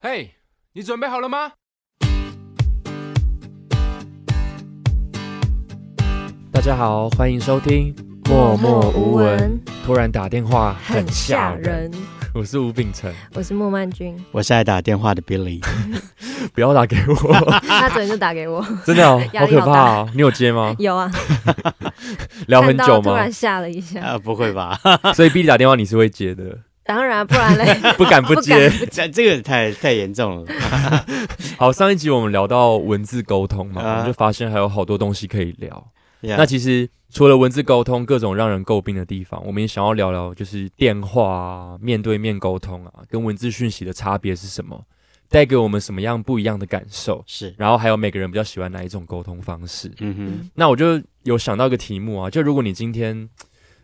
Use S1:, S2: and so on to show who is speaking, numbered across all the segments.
S1: 嘿、你准备好了吗？
S2: 大家好，欢迎收听《默默无闻》。，突然打电话很吓人。，我是吴秉承，
S3: 我是莫曼君，
S4: 我是爱打电话的 Billy，
S2: 不要打给 我，
S3: 他昨天就打给我，
S2: 真的、哦、
S3: 压
S2: 好
S3: 力
S2: 可
S3: 好大
S2: 怕哦！你有接吗？
S3: 有啊，
S2: 聊很
S3: 看
S2: 久
S3: 到突
S2: 吗
S3: 然？吓了一下，
S4: 啊，不会吧？
S2: 所以 B 打电话你是会接的，
S3: 当然不然嘞，
S2: 不敢 不接。
S4: 这这个太太严 重了。
S2: 好，上一集我们聊到文字沟通嘛，
S4: 啊
S2: 我们就发现还有好多东西可以聊。那
S4: 那
S2: 其实除了文字沟通各种让人诟病的地方，我们也想要聊聊，就是电话啊、面对面沟通啊，跟文字讯息的差别是什么，带给我们什么样不一样的感受，
S4: 是，
S2: 然后还有每个人比较喜欢哪一种沟通方式。
S4: 嗯哼，
S2: 那我就有想到一个题目啊，就如果你今天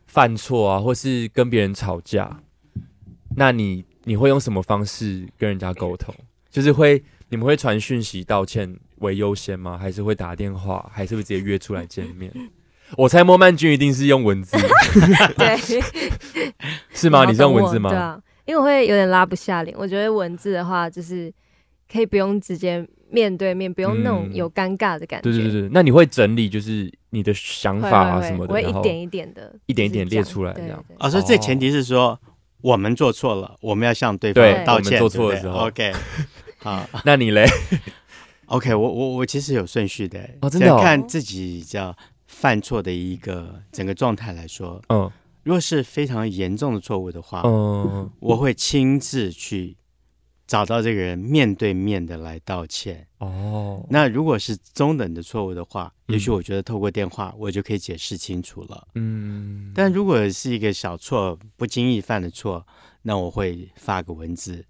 S2: 犯错啊，或是跟别人吵架，那你你会用什么方式跟人家沟通？就是会你们会传讯息道歉为优先吗？还是会打电话？还是会直接约出来见 面？我猜莫曼君一定是用文字，
S3: 对，
S2: 是吗？
S3: 好
S2: 你是用文字
S3: 懂我
S2: 吗？
S3: 对啊，因为我会有点拉不下脸，我觉得文字的话就是可以不用直接面对面，不用那种
S2: 嗯
S3: 有尴尬的感觉，
S2: 对对对对，那你会整理就是你的想
S3: 会
S2: 法啊
S3: 会
S2: 什么
S3: 会
S2: 的，
S3: 我会
S2: 然
S3: 一
S2: 后
S3: 点一点的，
S2: 一点一点
S3: 就是
S2: 列出来
S3: 这
S2: 这
S3: 样
S2: 样。
S3: 对对
S4: 哦，所以这前提是说我们做错了，我们要向对
S2: 对
S4: 方道歉。
S2: 我们做错的
S4: 对不对
S2: 时候
S4: ，OK，好
S2: 那你嘞？
S4: ，OK，我我我其实有顺序的，
S2: 哦真的哦
S4: 就看自己叫犯错的一个整个状态来说，
S2: 嗯
S4: 如果是非常严重的错误的
S3: 啊
S4: 话，
S2: 嗯，
S4: 我会亲自去找到这个人，面对面的来道歉。
S2: 哦，
S4: 那如果是中等的错误的话，
S2: 嗯
S4: 也许我觉得透过电话我就可以解释清楚了。
S2: 嗯，
S4: 但如果是一个小错，不经意犯的错，那我会发个文字。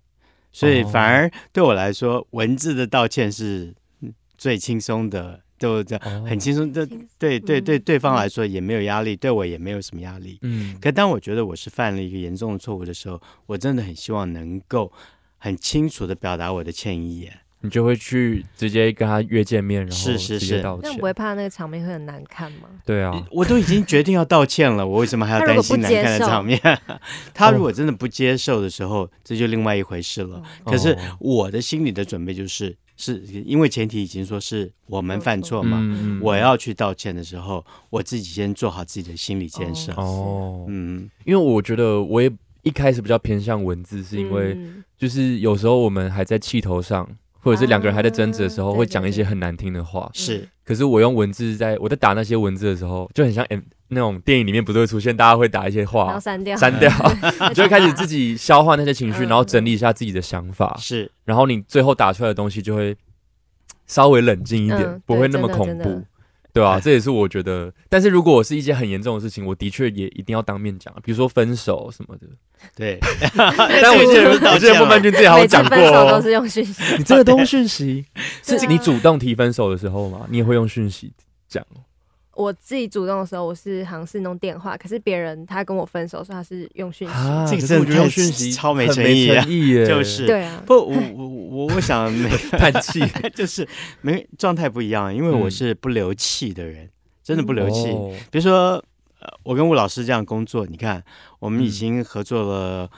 S4: 所以
S2: 哦
S4: 反而对我来说，文字的道歉是嗯最轻松的，都这
S2: 哦
S4: 很轻松。对
S3: 轻
S4: 对对对，
S3: 嗯
S4: 对方来说也没有压力，对我也没有什么压力。
S2: 嗯
S4: 可当我觉得我是犯了一个严重的错误的时候，我真的很希望能够很清楚的表达我的歉意耶。
S2: 你就会去直接跟他约见面，然后
S4: 是嗯是
S2: 直接
S4: 是
S2: 道
S3: 那
S2: 歉
S3: 你。不会怕那个场面会很难看吗？
S2: 对啊，
S4: 我都已经决定要道歉了，我为什么还要担心难看的场面？
S2: 哦
S4: 他如果真的不接受的时候，这就另外一回事了。可是
S2: 哦
S4: 我的心里的准备就是，是因为前提已经说是我们犯错嘛，
S2: 嗯嗯
S4: 我要去道歉的时候，我自己先做好自己的心理建设。
S2: 哦，
S4: 嗯，
S2: 因为我觉得我也一开始比较偏向文字，是因为
S3: 嗯
S2: 就是有时候我们还在气头上，或者是两个人还在争执的时候，
S3: 啊
S2: 会讲
S3: 对
S2: 一
S3: 对
S2: 些
S3: 对
S2: 很难听的话。
S4: 是
S2: 可是我用文字在，我在打那些文字的时候，就很像 M 那种电影里面不是会出现，大家会打一些
S3: 然后
S2: 话。
S3: 删掉，
S2: 删掉， 你就会开始自
S3: 己
S2: 己消化那些情绪，
S3: 嗯
S2: 然后整理一下自己的想法，
S4: 是，
S2: 然后你最后打出来的东西就会稍微冷静一点，
S3: 嗯
S2: 不
S3: 对
S2: 会那么
S3: 真的
S2: 恐
S3: 真的
S2: 怖，对啊，这也是我觉得。但是如果是一些很严重的事情，我的确也一定要当面讲，啊比如说分手什么的。
S4: 对。
S2: 但我记
S4: 这个就
S2: 得，
S4: 是道
S2: 我
S4: 歉啊
S2: 记得
S4: 了
S2: 孟曼君之前好
S3: 每
S2: 像
S3: 次
S2: 讲过
S3: 分手都
S2: 哦，
S3: 是用讯息，
S2: 你真的都用讯息，
S3: 对啊
S2: 是你主动提分手的时候吗？你也会用讯息讲哦？
S3: 我自己主动的时候，我是好像是弄电话，可是别人他跟我分手的时候，他是用讯息。
S2: 啊
S4: 这个
S2: 可是
S4: 真的
S2: 我觉得
S4: 太
S2: 用讯息
S4: 超没
S2: 很
S4: 诚
S2: 没
S4: 意啊
S2: 诚意耶，
S4: 就是
S3: 对啊，
S4: 不，我我我我想每
S2: 叹 气，
S4: 就是每状态不一样，因为我
S2: 嗯
S4: 是不留气的人，真的不留气。
S2: 哦
S4: 比如说，呃，我跟吴老师这样工作，你看，我们
S2: 嗯
S4: 已经合作了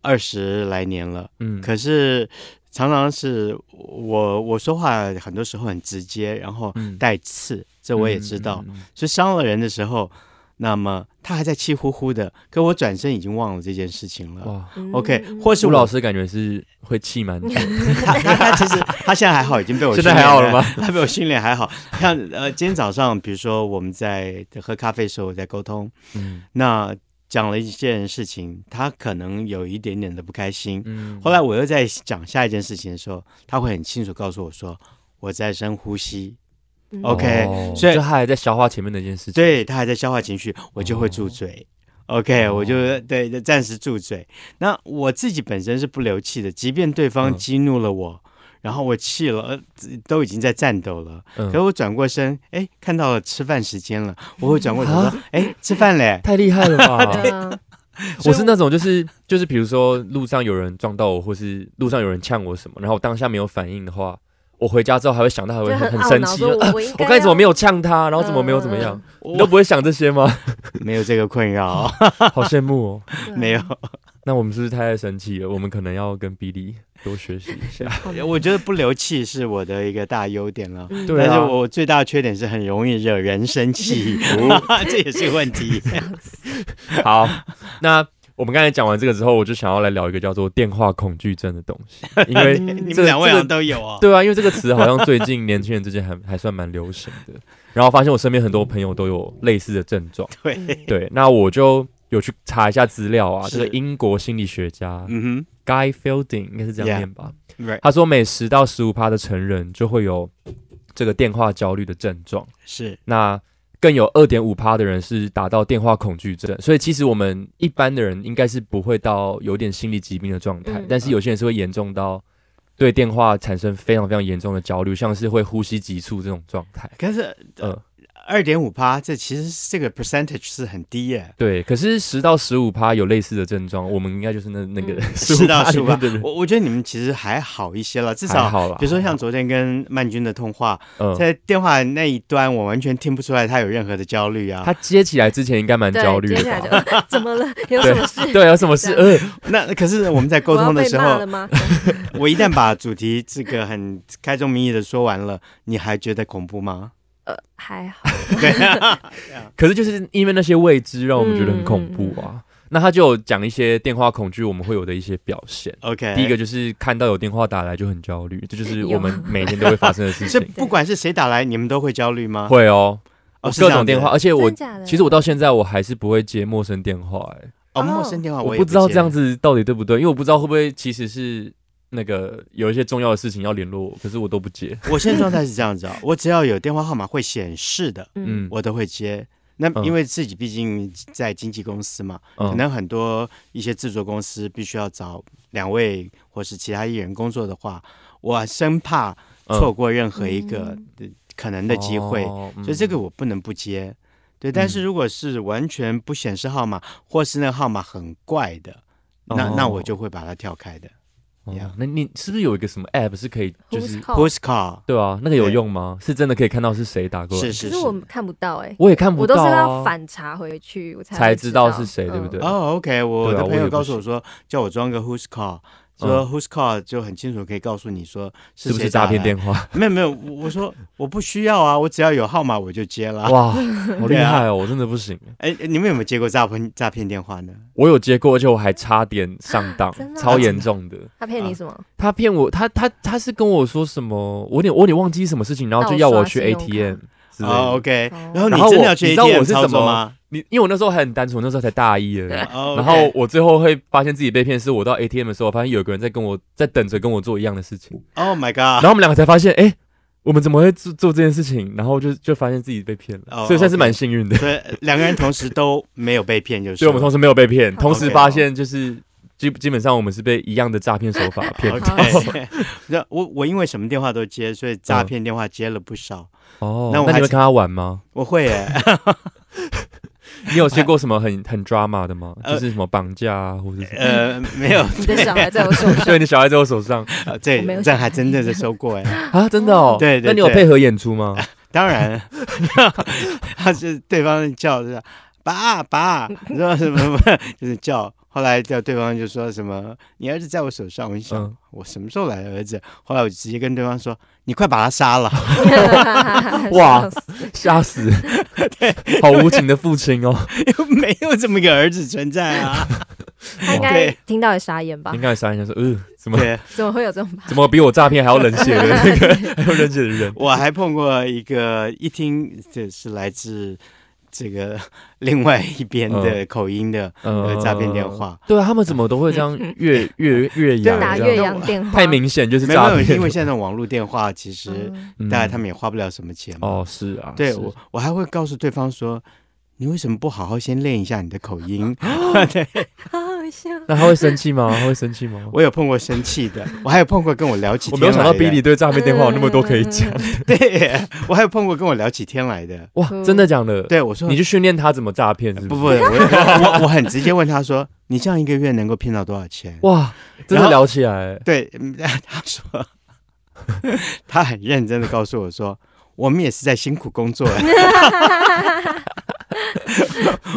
S4: 二十来年了，
S2: 嗯，
S4: 可是常常是我我说话很多时候很直接，然后
S2: 嗯
S4: 带刺，这我也知道，，
S2: 嗯嗯嗯
S4: 所以伤了人的时候，那么他还在气呼呼的，可我转身已经忘了这件事情
S2: 嗯
S4: 了。
S2: 哇，
S3: 嗯
S4: OK，或是
S2: 朱
S4: 我
S2: 老，师感觉是会气蛮久，
S4: 他他他其实他现在还好，已经被我
S2: 现在
S4: 训练
S2: 还好了吗？
S4: 他比我训练还好。像呃，今天早上，比如说我们在喝咖啡的时候，我在沟通，
S2: 嗯
S4: 那讲了一件事情，他可能有一点点的不开心。
S2: 嗯
S4: 后来我又在讲下一件事情的时候，他会很清楚告诉我说我在深呼吸，
S3: 嗯
S4: OK，
S2: 哦
S4: 所以
S2: 就他还在消化前面那件事情。
S4: 对他还在消化情绪，我就会住嘴。OK，、
S2: 哦
S4: 我就对就暂时住嘴。那我自己本身是不留气的，即便对方
S2: 嗯
S4: 激怒了我，然后我气了，呃都已经在战斗了，
S2: 嗯
S4: 可我转过身，哎，看到了吃饭时间了，我会转过头
S2: 啊
S4: 说，哎，吃 饭嘞。
S2: 太厉害了 吧！
S3: 对啊
S2: 我是那种就是就是，比如说路上有人撞到我，或是路上有人呛我什么，然后我当下没有反应的话，我回家之后还会想到，还会
S3: 就
S2: 很很
S3: 很懊
S2: 生
S3: 恼，
S2: 气。
S3: 说
S2: 就
S3: 我我应
S2: 我
S3: 该
S2: 刚
S3: 嗯
S2: 才怎么没
S3: 有？
S2: 有呛他，然后怎么没有怎么样？你都
S4: 我
S2: 不会想这些吗？
S4: 没有这个困扰，
S2: 好羡慕哦！
S3: 对啊
S4: 没有。
S2: 那我们是不是太爱生气了？我们可能要跟比利多学 习一下。
S4: 我觉得不留气是我的一个大优点了。
S3: 嗯
S2: 对啊
S4: 但是我最大的缺点是很容易惹人生气，
S2: 哦
S4: 这也是问题。
S2: 好，那我们刚才讲完这个之后，我就想要来聊一个叫做电话恐惧症的东西，因为
S4: 你
S2: 这
S4: 们
S2: 个
S4: 两位
S2: 这
S4: 好
S2: 个
S4: 像都有哦。
S2: 对啊，因为这个词好像最近年轻人之间还 还算蛮流行的。然后发现我身边很多朋友都有类似的症 状。
S3: 嗯
S4: 对，
S2: 对，那我就有去查一下资料啊，
S4: 是
S2: 这个英国心理学家
S4: 嗯
S2: Guy Fielding 应该是这
S4: Yeah
S2: 样念吧
S4: 哼，right，
S2: 他说每十到十五趴的成人就会有这个电话焦虑的症状。
S4: 是
S2: 那更有二点五趴的人是达到电话恐惧症，所以其实我们一般的人应该是不会到有点心理疾病的状态，
S3: 嗯
S2: 但是有些人是会严重到对电话产生非常非常严重的焦虑，像是会呼吸急促这种状态。
S4: 可是呃
S2: 嗯、
S4: 二点五趴，这其实这个 percentage 是很低耶。
S2: 对。可是十到十五趴有类似的症状，我们应该就是那那 个
S4: 是嗯到
S2: 15%
S4: 是吧
S2: 里面的人？
S4: 我我觉得你们其实还好一些了，至
S2: 还
S4: 少
S2: 好啦。
S4: 比如说像昨天跟曼君的通话，
S2: 嗯，
S4: 在电话那一端，我完全听不出来他有任何的焦虑啊。
S2: 他接起来之前应该蛮
S3: 对，
S2: 焦虑
S3: 接
S2: 的
S3: 下来
S2: 吧？
S3: 就 怎么了？有什么事？
S2: 对，有什么 事？
S4: 啊
S2: 呃，
S4: 那可是我们在沟
S3: 我要
S4: 通的
S3: 被
S4: 时
S3: 骂
S4: 候
S3: 了，吗？
S4: 我一旦把主题这个很开宗明义的说完了，你还觉得恐 怖吗？
S3: 呃，还好，
S2: 哎
S4: 对，
S2: 可是就是因为那些未知，让我们觉得很恐怖
S4: 嗯
S2: 啊。那他就有讲一些电话恐惧我们会有的一些表现。
S4: OK，
S2: 第一个就是看到有电话打来就很焦虑，这就是我们每天都会发生的事
S4: 所以
S2: 情。
S4: 不管是谁打来，你们都会焦虑吗？
S2: 会哦，
S4: 哦，是这
S2: 各
S4: 样
S2: 种
S4: 子
S2: 电话，而且我
S3: 真假的？
S2: 其实我到现在我还是不会接陌生电话，哎，
S4: 哦，陌生电话
S2: 我
S4: 也
S2: 不知道
S4: 接
S2: 这样子到底对不对，因为我不知道会不会其实是那个有一些重要的事情要联络我，可是我都不接。
S4: 我现在状态是这 样子哦，我只要有电话号码会显示的，
S3: 嗯，
S2: 嗯，
S4: 我都会接。那
S2: 嗯
S4: 因为自己毕竟在经纪公司嘛，可
S2: 嗯
S4: 能很多一些制作公司必须要找两位或是其他艺人工作的话，我生怕错过任何一个可能的机
S2: 嗯
S4: 会，
S2: 哦嗯
S4: 所以这个我不能不接。对，但是如果是完全不显示号码，或是那个号码很怪的，那
S2: 哦
S4: 那我就会把它跳开的。
S2: 哦
S4: Yeah
S2: 那你是不是有一个什么 app 是可以就
S3: Who's
S2: 是
S3: call？
S4: Who's call？
S2: 对啊，那个有用吗？是真的可以看到是谁打过来？
S4: 是
S3: 可
S4: 是
S3: 是
S4: 是。
S3: 我看不到哎，
S2: 我也看不
S3: 我都
S2: 到
S3: 是
S2: 啊
S3: 要。反查回去，我才
S2: 才
S3: 会
S2: 知
S3: 知，
S2: 道是谁对不对
S4: 哦，OK，我
S2: 对啊
S4: 的
S2: 我
S4: 朋
S2: 也
S4: 友
S2: 不嗯
S4: 告诉我说，叫我装个 Who's Call，说 Who's Call 就很清楚可以告诉你说
S2: 是不
S4: 谁
S2: 是诈骗
S4: 打来
S2: 电 话？
S4: 没有没有，我我说我不需要啊，我只要有号码我就接了。
S2: 哇，好厉
S4: 啊
S2: 害哦！我真的不行，
S4: 哎，你们有没有接过诈骗诈骗电话呢？
S2: 我有接过，而且我还差点上当
S3: 真的啊
S2: 超严重的。
S3: 他骗你 什么？
S2: 他骗我，他他他是跟我说什么？我有点我有点忘记什么事情，然后就要我去
S3: 盗刷信用
S2: ATM 之类
S4: 哦
S2: 的。
S4: ，OK，
S3: 哦
S4: 然后你
S2: 然后
S4: 真的
S2: 我
S4: 要去
S2: 你知道
S4: ATM
S2: 我是
S4: 操
S2: 怎
S4: 作
S2: 么
S4: 吗？
S2: 你因为我那时候还很单纯，我那时候才大一而 已。
S4: 哦
S2: 然后我最后会发现自己被骗，是我到 ATM 的时候，发现有个人在跟我在等着跟我做一样的事情，
S4: ，Oh my
S2: 然
S4: God，
S2: 后我们两个才发现，哎，我们怎么会做做这件事情？然后就就发现自己被骗
S4: 哦
S2: 了，所以算是
S4: OK
S2: 蛮幸运的。
S4: 所以两个人同时都没有被骗，就是
S2: 所以我们同时没有被骗，
S3: 好
S2: 同时发现就是基基本上我们是被一样的诈骗手 法骗。嗯
S4: OK，那 我我因为什么电话都接，所以诈骗电话接了不少。
S2: 哦，
S4: 那
S2: 那
S4: 我还
S2: 你会跟他玩吗？
S4: 我会耶，
S2: 你 有接过什么很很 drama 的吗？
S4: 呃
S2: 就是什么绑架啊，或者是什么
S4: 呃，没有，
S3: 你的小孩在我手 上，
S2: 对你小孩在我手上
S4: 呃
S3: 我没
S4: 这
S3: 有
S4: 这还真的是收过哎。
S2: 啊？真的哦，
S4: 对对
S2: 那你有
S4: 对
S2: 配合演出 吗？
S4: 当然，他是对方叫是爸爸，说什么什么 就是叫。后来叫对方就说什么你儿子在我手上，我就想、
S2: 嗯
S4: 我什么时候来的儿子？后来我就直接跟对方说你快把他杀了。
S2: 哇吓死，好无情的父亲 哦，
S4: 没有这么一个儿子存在 啊。
S3: 他应该听到也傻眼吧
S2: 应？该三人说，呃，怎么
S4: 对，
S3: 怎么会有 这种吧？
S2: 怎么比我诈骗还要冷血的那 个还要冷血的人？
S4: 我还碰过一个一听这是来自这个 另外一边
S2: 嗯
S4: 的口音的、
S2: 呃
S4: 诈骗电话。
S2: 对啊，他们怎么都会这样越越越
S4: 对啊
S2: 洋
S3: 打
S2: 这
S3: 岳
S2: 样，
S3: 阳电话
S2: 太明显就是
S4: 没有
S2: 诈
S4: 没有，
S2: 骗
S4: 因为现在网络电话其实
S3: 嗯
S2: 嗯
S4: 大概他们也花不了什么钱嘛。
S2: 哦是啊，
S4: 对
S2: 是
S4: 我，我还会告诉对方说，你为什么不好好先练一下你的口音？
S3: 好好笑。
S2: 那他会生气吗？他会生气吗？
S4: 我有碰过生气的，我还有碰过跟我聊起
S2: 我
S4: 天
S2: 没有想到
S4: 来的
S2: Billy 对诈骗电话有那么多可以
S3: 嗯
S2: 讲，
S4: 对我还有碰过跟我聊起天 来的。
S2: 哇，真的讲的，，
S4: 对我说，
S2: 你去训练他怎么诈骗，是
S4: 不 不，
S2: 是？
S4: 我我我很直接问他说，你这样一个月能够骗到多少钱？
S2: 哇，真
S4: 然后
S2: 的聊起来，
S4: 对，嗯 他说， 他很认真的告诉我说，我们也是在辛苦工作。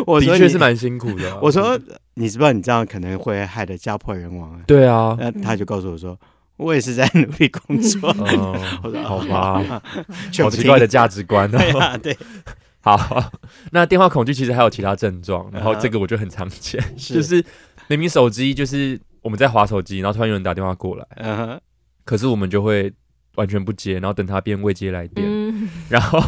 S4: 我说
S2: 的
S4: 你
S2: 确是蛮辛苦的啊、
S4: 我说你知不知道你这样可能会害得家破人亡啊？
S2: 对 啊，
S4: 那他就告诉我说，我也是在努力工作。
S2: 嗯，
S4: 我说啊
S2: 好吧，
S4: 全
S2: 好
S4: 部
S2: 奇怪的价值观哦、
S4: 对啊，对，
S2: 好，那电话恐惧其实还有其他症状，然后这个我觉得很常见，
S4: 是
S2: 就是明明手机就是我们在划手机，然后突然有人打电话过来，
S4: 嗯哼，
S2: 可是我们就会完全不接，然后等他变未接来电，
S3: 嗯，
S2: 然后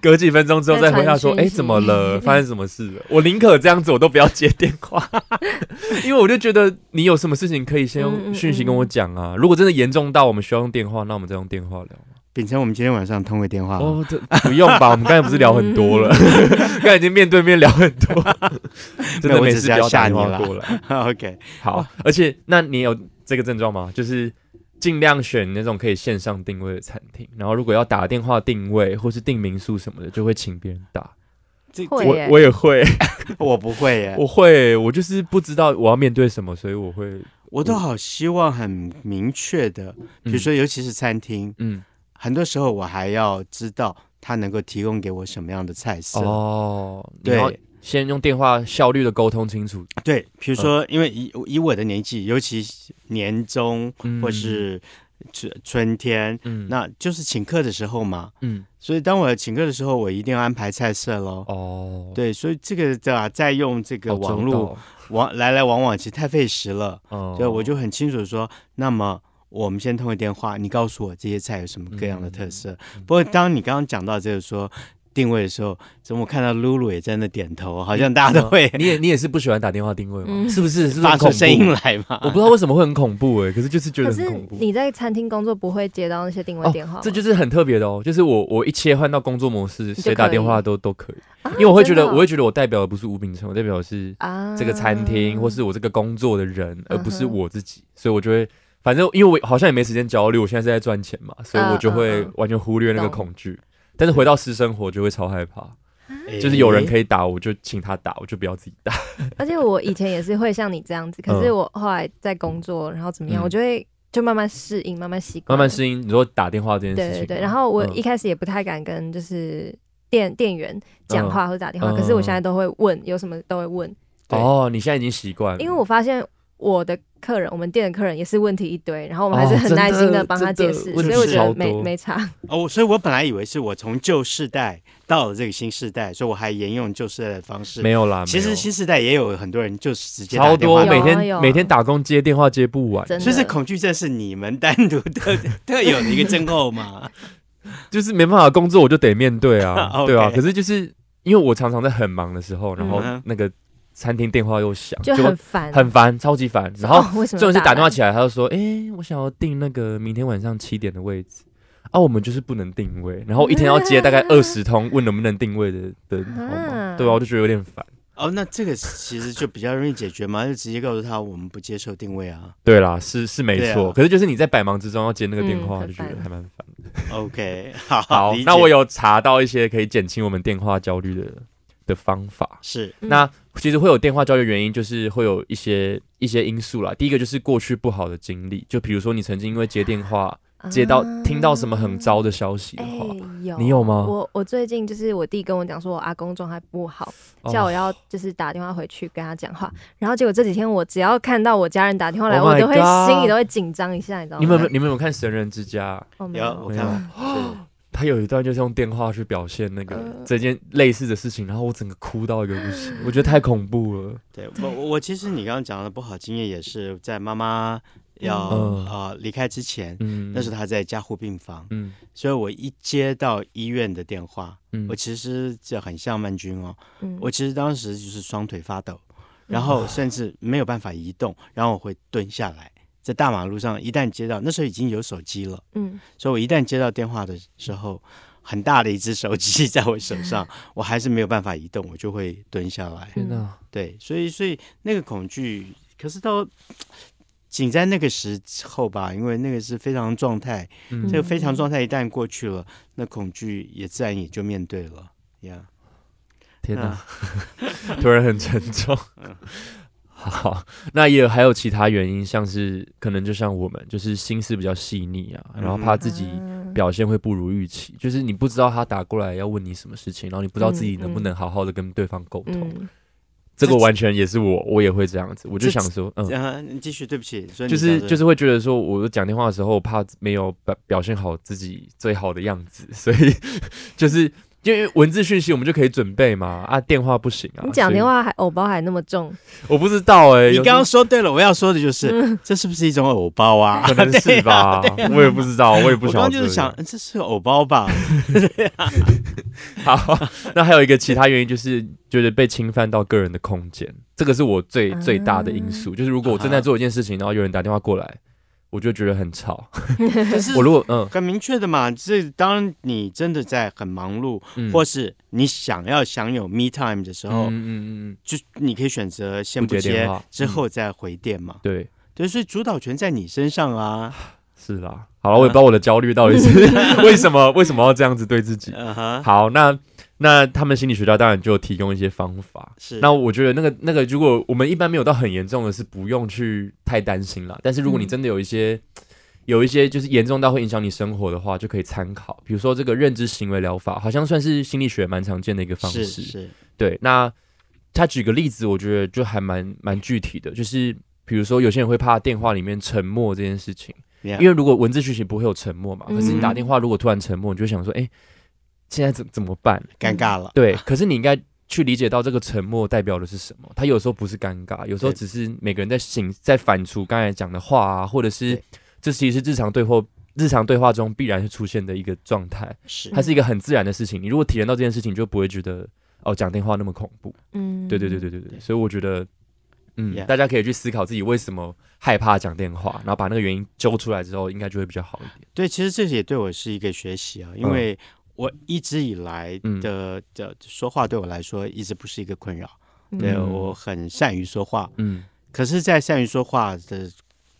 S2: 隔几分钟之后再回他说：“哎、
S3: 再传讯息
S2: 怎么 了？发生什么事了？”我宁可这样子，我都不要接电话，因为我就觉得你有什么事情可以先
S3: 嗯嗯
S2: 用
S3: 嗯
S2: 讯息跟我讲啊。如果真的严重到我们需要用电话，那我们再用电话聊。
S4: 秉承我们今天晚上通个电话，
S2: 哦，这不用吧？我们刚才不是聊很多 了，刚才已经面对面聊很 多，真
S4: 没
S2: 的
S4: 有我
S2: 没
S4: 只
S2: 事
S4: 是
S2: 不
S4: 要
S2: 要打
S4: 吓
S2: 电
S4: 你
S2: 话
S4: 啦
S2: 过来。
S4: OK，
S2: 好，而且那你有这个症状吗？就是。尽量选那种可以线上定位的餐厅，然后如果要打电话定位或是订民宿什么的，就会请别人打。
S4: 这
S3: 会
S2: 我
S3: 耶
S2: 我也会，
S4: 我不会 耶，
S2: 我会，我就是不知道我要面对什么，所以我嗯会，
S4: 我都好希望很明确的，比如说尤其是餐厅，
S2: 嗯，
S4: 很多时候我还要知道它能够提供给我什么样的菜色。
S2: 哦，
S4: 对
S2: 然后先用电话效率的沟通清楚，
S4: 对，比
S2: 嗯
S4: 如说，因为以以我的年纪，尤其年终
S2: 嗯
S4: 或是春春天，
S2: 嗯
S4: 那就是请客的时候嘛。
S2: 嗯
S4: 所以当我请客的时候，我一定要安排菜色喽。
S2: 哦，
S4: 对，所以这个的啊再用这个
S2: 好周
S4: 网络
S2: 到，
S4: 往来来往往，其实太费时了。
S2: 哦
S4: 对，我就很清楚说，那么我们先通个电话，你告诉我这些菜有什么各样
S2: 嗯
S4: 的特色。不过当你刚刚讲到这个说定位的时候，怎么我看到露露也在那点头，好像大家都会
S2: 你也你也是不喜欢打电话定位吗？
S3: 嗯
S2: 是不是？是嗯哦不是
S4: 发
S2: 很恐
S4: 出
S2: 怖
S4: 声音？来嘛？
S2: 我不知道为什么会很恐怖哎，可是就是觉
S3: 可
S2: 得
S3: 是
S2: 很恐怖。哦
S3: 你在餐厅工作不会接到那些定位电话吗，
S2: 这就是很特别的哦，就是我我一切换到工作模式，
S3: 就
S2: 谁打
S3: 可以
S2: 电话都都可以，
S3: 啊，
S2: 因为我会觉得
S3: 真的哦
S2: 我会觉得我代表的不是吴秉承，我代表的是
S3: 啊
S2: 这个餐厅或是我这个工作的人，而不是
S3: 嗯哼
S2: 我自己，所以我就会，反正因为我好像也没时间焦虑，我现在是在赚钱嘛，所以我就会
S3: 嗯嗯
S2: 完全忽略那个
S3: 懂嗯
S2: 恐惧。但是回到私生活就会超害怕，就是有人可以打，我就请他打，我就不要自己打。
S3: 而且我以前也是会像你 这样子，可是我后来在工作，然后怎么样，
S2: 嗯
S3: 我就会就慢慢适应，慢慢习惯，
S2: 慢慢。适应，你说打电话这件事
S3: 对
S2: 情吗，
S3: 对对，然后我
S2: 嗯
S3: 一开始也不太敢跟就是店店员讲话或者打电话，
S2: 嗯
S3: 可是我现在都会问，有什么都会问，
S4: 对
S2: 哦，你现在已经习惯了，
S3: 因为我发现我的客人，我们店的客人也是问题一堆，然后我们
S2: 哦
S3: 还是很耐心
S2: 真
S3: 的
S2: 的
S3: 帮他解释，
S2: 真的
S3: 所
S2: 问
S4: 题
S3: 以我觉
S2: 超
S3: 得
S2: 多
S3: 没没差。
S4: 哦，所以我本来以为是我从旧世代到了这个新世代，所以我还沿用旧世代的方式。
S2: 没有啦，
S4: 其
S2: 没
S4: 实
S2: 有
S4: 新世代也有很多人就是直接打
S2: 超
S4: 电
S2: 多，
S4: 话
S3: 有
S2: 每
S3: 啊
S2: 天、
S3: 有啊
S2: 每天打工接电话接不完，
S3: 真的
S4: 所以是恐惧症是你们单独特特有的 一个症候嘛？
S2: 就是没办法工作，我就得面对啊，
S4: OK
S2: 对啊。可是就是因为我常常在很忙的时候，然后
S4: 嗯哼
S2: 那个餐厅电话又响，
S3: 就很烦，
S2: 很烦，超级烦。然 后
S3: 哦为什么
S2: 这种是打电话
S3: 来
S2: 起来，他就说：“哎、我想要订那个明天晚上七点的位置。”啊，我们就是不能定位，然后一天要接 大概二十通问能不能定位的的号码，
S3: 啊
S2: 对啊，我就觉得有点烦。
S4: 哦，那这个其实就比较容易解决嘛，就直接告诉他我们不接受定位啊。
S2: 对啦，是是没错，
S4: 对啊
S2: 可是就是你在百忙之中要接那个电
S3: 嗯
S2: 话，
S3: 很
S2: 就觉得
S3: 烦
S2: 还蛮烦。
S4: OK，好，
S2: 好
S4: 理，解
S2: 那我有查到一些可以减轻我们电话焦虑的的方法。
S4: 是
S3: 嗯
S2: 那其实会有电话焦虑的原因，就是会有一些一些因素啦。第一个就是过去不好的经历，就比如说你曾经因为接电话接到、听到什么很糟的消息的
S3: 啊嗯哎
S2: 话，
S3: 有
S2: 你有吗
S3: 我我最近就是我弟跟我讲说，我阿公状态不好，
S2: 哦
S3: 叫我要就是打电话回去跟他讲话。然后结果这几天我只要看到我家人打电话来
S2: Oh
S3: 我都会
S2: my god
S3: 心里都会紧张一下，你知道吗？
S2: 你们有没有你们有没有看《神人之家》
S3: 哦没
S4: 有
S3: 有
S4: 我看了，是
S2: 他有一段就是用电话去表现那个
S3: 呃
S2: 这件类似的事情，然后我整个哭到一个不行，我觉得太恐怖了。
S4: 对我我我其实你刚刚讲的不好经验也是在妈妈要
S2: 嗯
S4: 啊离开之前，
S2: 嗯，
S4: 那时候她在加护病房，
S2: 嗯
S4: 所以我一接到医院的电话，
S2: 嗯
S4: 我其实这很像曼君哦，
S3: 嗯
S4: 我其实当时就是双腿发抖，然后甚至没有办法移动，然后我会蹲下来，在大马路上一旦接到，那时候已经有手机了，
S3: 嗯
S4: 所以我一旦接到电话的时候，很大的一只手机在我手上，我还是没有办法移动，我就会蹲下来。
S2: 天
S3: 嗯
S2: 哪，
S4: 对，所以所以那个恐惧，可是到仅在那个时候吧，因为那个是非常状态，
S2: 嗯
S4: 这个非常状态一旦过去了，那恐惧也自然也就面对了呀。
S2: 天哪
S4: 那，
S2: 突然很沉重。好，那也有还
S3: 嗯
S2: 有其他原因，像是可能就像我们，就是心思比较细腻啊，然后怕自己表现会不如预期，就是你不知道他打过来要问你什么事情，然后你不知道自己能不能好好的跟对方沟通。
S3: 嗯，
S2: 这个
S4: 这
S2: 完全也是我，我也会这样子，我就
S4: 这
S2: 想说，嗯，
S4: 啊，你继续，对不起，所以你
S2: 就是
S4: 讲
S2: 就是会觉得说，我讲电话的时候，我怕没有表表现好自己最好的样子，所以 就是因为文字讯息我们就可以准备嘛，啊，电话不行啊。
S3: 你讲
S2: 所以
S3: 电话还偶包还那么重，
S2: 我不知道哎、有
S4: 你
S2: 时候嗯
S4: 刚刚说对了，我要说的就是，这是不是一种偶包啊？
S2: 可能是吧，我也不知道， 我也不
S4: 我
S2: 晓得。
S4: 刚刚就是想，嗯这是偶 包吧？
S2: 好，那还有一个其他原因就是觉得被侵犯到个人的空间，这个是我最、最大的因素。就是如果我正在做一件事情，然后有人打电话过来，我就觉得很吵。
S4: 就是
S2: 我如果嗯
S4: 很明确的嘛，这当你真的在很忙碌，
S2: 嗯，
S4: 或是你想要享有 me time 的时
S2: 嗯
S4: 候，
S2: 嗯嗯嗯，
S4: 就你可以选择先
S2: 不接
S4: 接
S2: 电话，嗯
S4: 之后再回电嘛。
S2: 对，
S4: 对，所以主导权在你身上啊。
S2: 是啦。好了，我也不知道我的焦虑到底是为什么，为什么要这样子对自己。
S4: 嗯哼，
S2: 好，那那他们心理学家当然就提供一些方法。
S4: 是。
S2: 那我觉得那个那个，如果我们一般没有到很严重的，是不用去太担心啦。但是如果你
S3: 嗯
S2: 真的有一些、有一些就是严重到会影响你生活的话，就可以参考，比如说这个认知行为疗法，好像算是心理学蛮常见的一个方
S4: 是
S2: 式。
S4: 是
S2: 对，那他举个例子，我觉得就还蛮蛮具体的，就是比如说有些人会怕电话里面沉默这件事情，
S4: Yeah
S2: 因为如果文字讯息不会有沉默嘛，可是你打
S4: 嗯
S2: 电话如果突然沉默，你就会想说，哎、现在怎怎么办？
S4: 尴尬了。
S2: 对，可是你应该去理解到这个沉默代表的是什么。它有时候不是尴尬，有时候
S4: 对
S2: 只是每个人在醒在反刍刚才讲的话啊，或者是
S4: 对
S2: 这其实是日常对话日常对话中必然会出现的一个状态，
S4: 是
S2: 它是一个很自然的事情。你如果体验到这件事情，你就不会觉得哦讲电话那么恐怖。
S3: 嗯，
S2: 对对对，对对对，
S4: 对
S2: 所以我觉得。嗯
S4: Yeah
S2: 大家可以去思考自己为什么害怕讲电话，然后把那个原因揪出来之后，应该就会比较好一点。
S4: 对，其实这也对我是一个学习啊，因
S2: 嗯
S4: 为我一直以来
S2: 嗯
S4: 的的说话对我来说一直不是一个困扰。对
S2: 嗯
S4: 我很善于说话，
S2: 嗯
S4: 可是，在善于说话的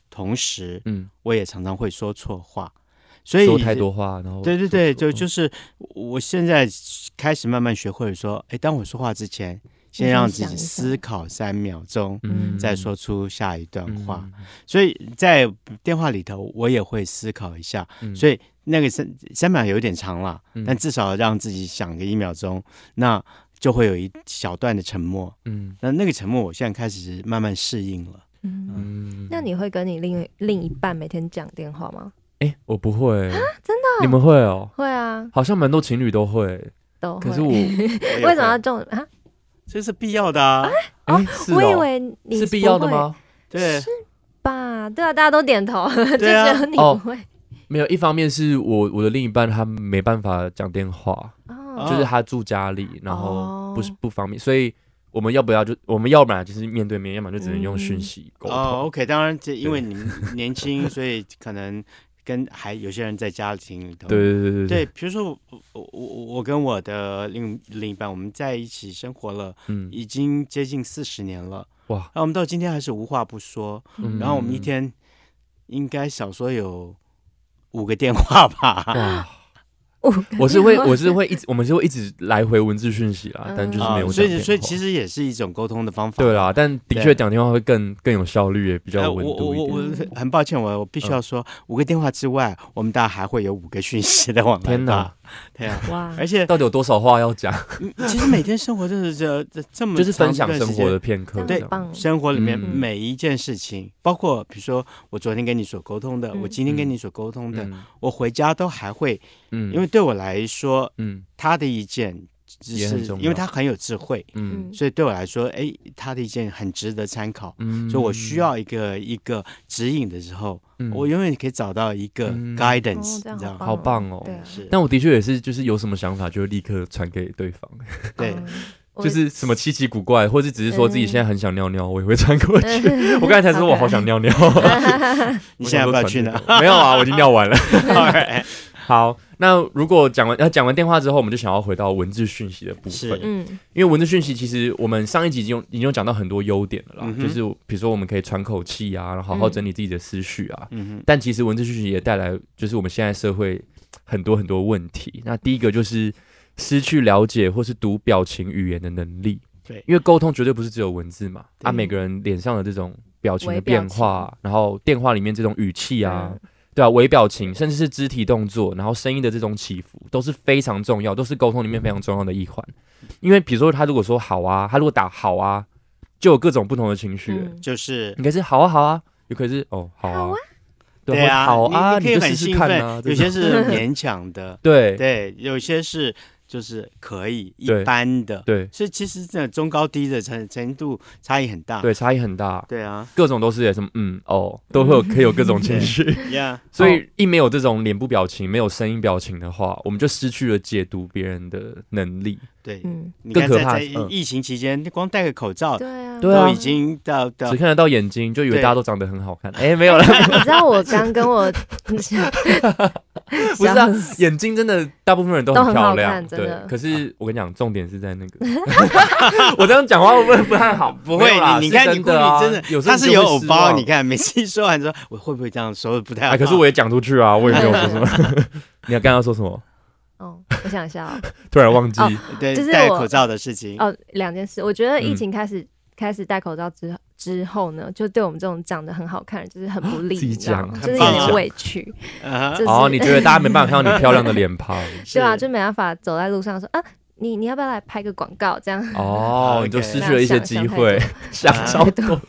S4: 同时，
S2: 嗯，
S4: 我也常常会说错话，所以
S2: 说太多话，然后
S4: 对对
S2: 做
S4: 对，
S2: 错嗯
S4: 就就是我现在开始慢慢学会说，哎，当我说话之前，先让自己
S3: 想一想
S4: 思考三秒钟，
S2: 嗯
S4: 再说出下一段
S2: 嗯
S4: 话。所以在电话里头，我也会思考一下。
S2: 嗯
S4: 所以那个三三秒有点长啦，
S2: 嗯
S4: 但至少让自己想个一秒钟，那就会有一小段的沉默。
S2: 嗯
S4: 那那个沉默，我现在开始慢慢适应 了。
S3: 嗯，
S2: 嗯，
S3: 那你会跟你另另一半每天讲电话吗？
S2: 哎、我不会、
S3: 啊真
S2: 的、你们会哦、
S3: 会啊，
S2: 好像蛮多情侣都会、
S3: 都会。
S2: 可是我为
S3: 为什么要这种啊？
S4: 这是必要的啊？
S2: 哎、是哦、
S3: 我以为你
S2: 是必要的
S3: 不会
S2: 吗？
S4: 对，
S3: 吧？对啊，大家都点头，就只
S4: 对啊
S3: 有你
S2: 哦
S3: 不会
S2: 没有，一方面是我我的另一半他没办法讲电话，
S3: 哦。
S2: 就是他住家里，然后不是
S3: 哦
S2: 不方便，所以我们要不要就我们要不然就是面对面，要么就只能用讯
S3: 嗯
S2: 息沟通。
S4: 哦，OK，当然这因为你们年轻， 所以可能跟还有些人在家庭里头。
S2: 对对对
S4: 对，比如说我我我我跟我的另另一半，我们在一起生活了，
S2: 嗯，
S4: 已经接近四十年了，
S2: 哇，
S4: 那我们到今天还是无话不说。
S2: 嗯
S4: 然后我们一天应该少说有五个电话吧。
S2: 哇，
S3: 哦
S2: 我是会我是会一直我们是会一直来回文字讯息啦，但就是没有
S4: 啊，
S2: 讲
S4: 所
S2: 电话、
S4: 以所以其实也是一种沟通的方法。
S2: 对啊啦，但的
S4: 对
S2: 确讲电话会更更有效率，也比较
S4: 呃
S2: 有
S4: 我
S2: 温度
S4: 我
S2: 一
S4: 我
S2: 点。
S4: 我很抱歉，我我必须要说，五个电话之外，我们大家还会有五个讯息的往来。
S2: 天哪
S4: 哪，！对 啊，
S3: 哇，
S4: 而且
S2: 到底有多少话要讲？
S4: 嗯其实每天生活真的是这这这么
S2: 就是分
S4: 长
S2: 享
S4: 一段
S2: 生
S4: 时
S2: 活
S4: 间
S2: 的片刻，
S3: 这
S4: 对
S3: 样很棒
S4: 生活里面
S2: 嗯
S4: 每一件事情，包括比如说我昨天跟你所沟通的，
S3: 嗯
S4: 我今天跟你所沟通的，
S2: 嗯
S4: 我回家都还会，
S2: 嗯
S4: 因为对我来说，
S2: 嗯
S4: 他的意见只
S2: 也很
S4: 是
S2: 重要
S4: 因为他很有智慧，
S2: 嗯
S3: 哦
S4: 所以对我来说，哎，他的意见很值得参考。
S2: 嗯
S4: 所以我需要一个一个指引的时候，
S2: 嗯
S4: 我永远可以找到一个
S2: 嗯
S3: 哦
S4: guidance，、
S3: 这样
S4: 你知道
S3: 好
S4: 吗？
S2: 好棒哦。
S3: 对啊，
S4: 是，
S2: 但我的确也是，就是有什么想法就会立刻传给对方，
S4: 对
S3: 嗯，我
S2: 就是什么稀奇古怪，或是只是说自己现在很想尿尿，我也会传过去。我刚才才说我好想尿尿，
S4: 你现在要不要去呢
S2: 我想说传这？ 个？没有啊，我已经尿完 了。
S4: Alright，
S2: 好，那如果讲完，那讲完电话之后，我们就想要回到文字讯息的部
S4: 是
S2: 分。
S3: 嗯
S2: 因为文字讯息其实我们上一集已经有已经有讲到很多优点了啦，
S4: 嗯哼
S2: 就是比如说我们可以喘口气啊，然后好好
S3: 嗯
S2: 整理自己的思绪啊。
S4: 嗯
S2: 但其实文字讯息也带来就是我们现在社会很多很多问题。那第一个就是失去了解或是读表情语言的能力，
S4: 对
S2: 因为沟通绝对不是只有文字嘛，啊，
S3: 对
S2: 每个人脸上的这种表情的
S3: 微表
S2: 变化，然后电话里面这种语气啊，
S3: 嗯
S2: 对对啊，微表情甚至是肢体动作，然后声音的这种起伏都是非常重要，都是沟通里面非常重要的一环。因为比如说他如果说好啊，他如果打好啊，就有各种不同的情绪了。
S3: 嗯
S4: 就是
S2: 你可以是好啊好啊，也可以是哦好
S3: 好
S2: 啊
S3: 啊，
S2: 对
S4: 对啊，
S2: 或者好啊，
S4: 你你可
S2: 就
S4: 以很
S2: 试试
S4: 兴
S2: 看
S4: 奋，
S2: 啊，
S4: 有
S2: 这种
S4: 些是勉强的，
S2: 对
S4: 对，有些是就是可以一
S2: 对
S4: 般的，
S2: 对
S4: 所以其实真的中高低的程程度差异很大，
S2: 对，差异很大，
S4: 对啊，
S2: 各种都是有什么嗯哦，都会有可以有各种情
S4: 嗯
S2: 绪。
S4: 呀，
S2: 所以一没有这种脸部表情，没有声音表情的话，我们就失去了解读别人的能力。
S4: 对，
S3: 嗯，
S4: 你
S2: 更
S4: 看
S2: 可
S4: 在
S2: 怕
S4: 在
S2: 是嗯
S4: 疫情期间，光戴个口罩
S3: 对啊，
S2: 对啊
S4: 都已经到到
S2: 只看得到眼睛，就以为
S4: 对
S2: 大家都长得很好看。哎、没有了，
S3: 你知道我刚 跟我
S2: 不是啊，眼睛真的大部分人都
S3: 都很
S2: 漂
S3: 好
S2: 亮，
S3: 看真的
S2: 对。可是我跟你讲，重点是在那个， 我这样讲话会不会不太好？
S4: 不
S2: 不
S4: 会，
S2: 啦，
S4: 你你
S2: 是
S4: 看你
S2: 真
S4: 顾
S2: 的啊
S4: 里真的，
S2: 有时候
S4: 他
S2: 你
S4: 是
S2: 就
S4: 有
S2: 会
S4: 偶
S2: 失
S4: 包，
S2: 望
S4: 你看每次一说完说 我会不会这样说得不太好，
S2: 哎，可是我也讲出去 啊，我也没有说什么。你要刚刚说什么？
S3: 哦，我想一下哦，
S2: 突然忘记
S3: 哦
S4: 对
S3: 就是
S4: 戴
S3: 我
S4: 口罩的事情，
S3: 哦，两件事，我觉得疫
S2: 嗯
S3: 情开始、开始戴口罩之之后呢，就对我们这种长得很好看，就是很 不利，
S2: 自己
S3: 你知道吗
S2: 讲
S3: 就是有
S4: 很棒
S3: 点
S4: 讲
S3: 委 屈，
S4: 啊
S3: 就是、
S2: 哦，你觉得大家没办法看到你漂亮的脸 庞
S4: 是
S3: 对啊，就没办法走在路上说啊，你你要不要来拍个广告这 样？
S2: 哦，你就
S4: OK
S2: 失去了一些机会， 想
S4: 想
S2: 超
S4: 太 多
S2: 多。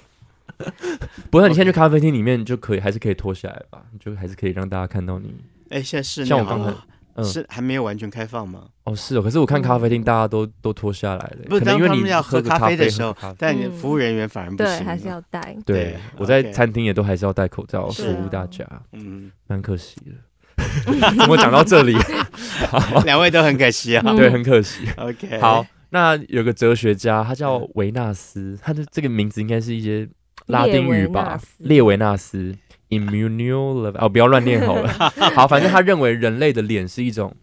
S2: 不过你现在去咖啡厅里面就可以，还是可以脱下来吧，你就还是可以让大家看到你。
S4: 哎，现在室内
S2: 像我
S4: 好
S2: 刚才
S4: 吗
S2: 嗯
S4: 是还没有完全开放吗？
S3: 嗯
S2: 哦，是哦，可是我看咖啡厅大家都都脱下来了，
S4: 嗯
S2: 可
S4: 不
S2: 能
S4: 是当
S2: 因为
S4: 他
S2: 你
S4: 们要
S2: 喝
S4: 喝
S2: 个
S4: 咖啡的时
S2: 喝
S4: 候
S2: 个咖，啡
S4: 但
S3: 嗯
S4: 服务人员反而不
S3: 对，
S4: 行，啊
S3: 还是要戴。
S2: 对
S4: 对，
S2: 我在
S4: OK
S2: 餐厅也都还是要戴口罩服
S3: 是
S2: 务
S3: 啊
S2: 大家，
S4: 嗯，
S2: 蛮可惜的。 怎么讲到这里？
S4: 两位都很可惜啊。
S3: 嗯
S2: 对，很可惜。
S4: OK，
S2: 好，，那有个哲学家，他叫维纳斯，他的这个名字应该是一些拉丁语吧？列
S3: 列
S2: 维纳斯 （Immanuel） 哦，不要乱念好了。 好，反正他认为人类的脸是一种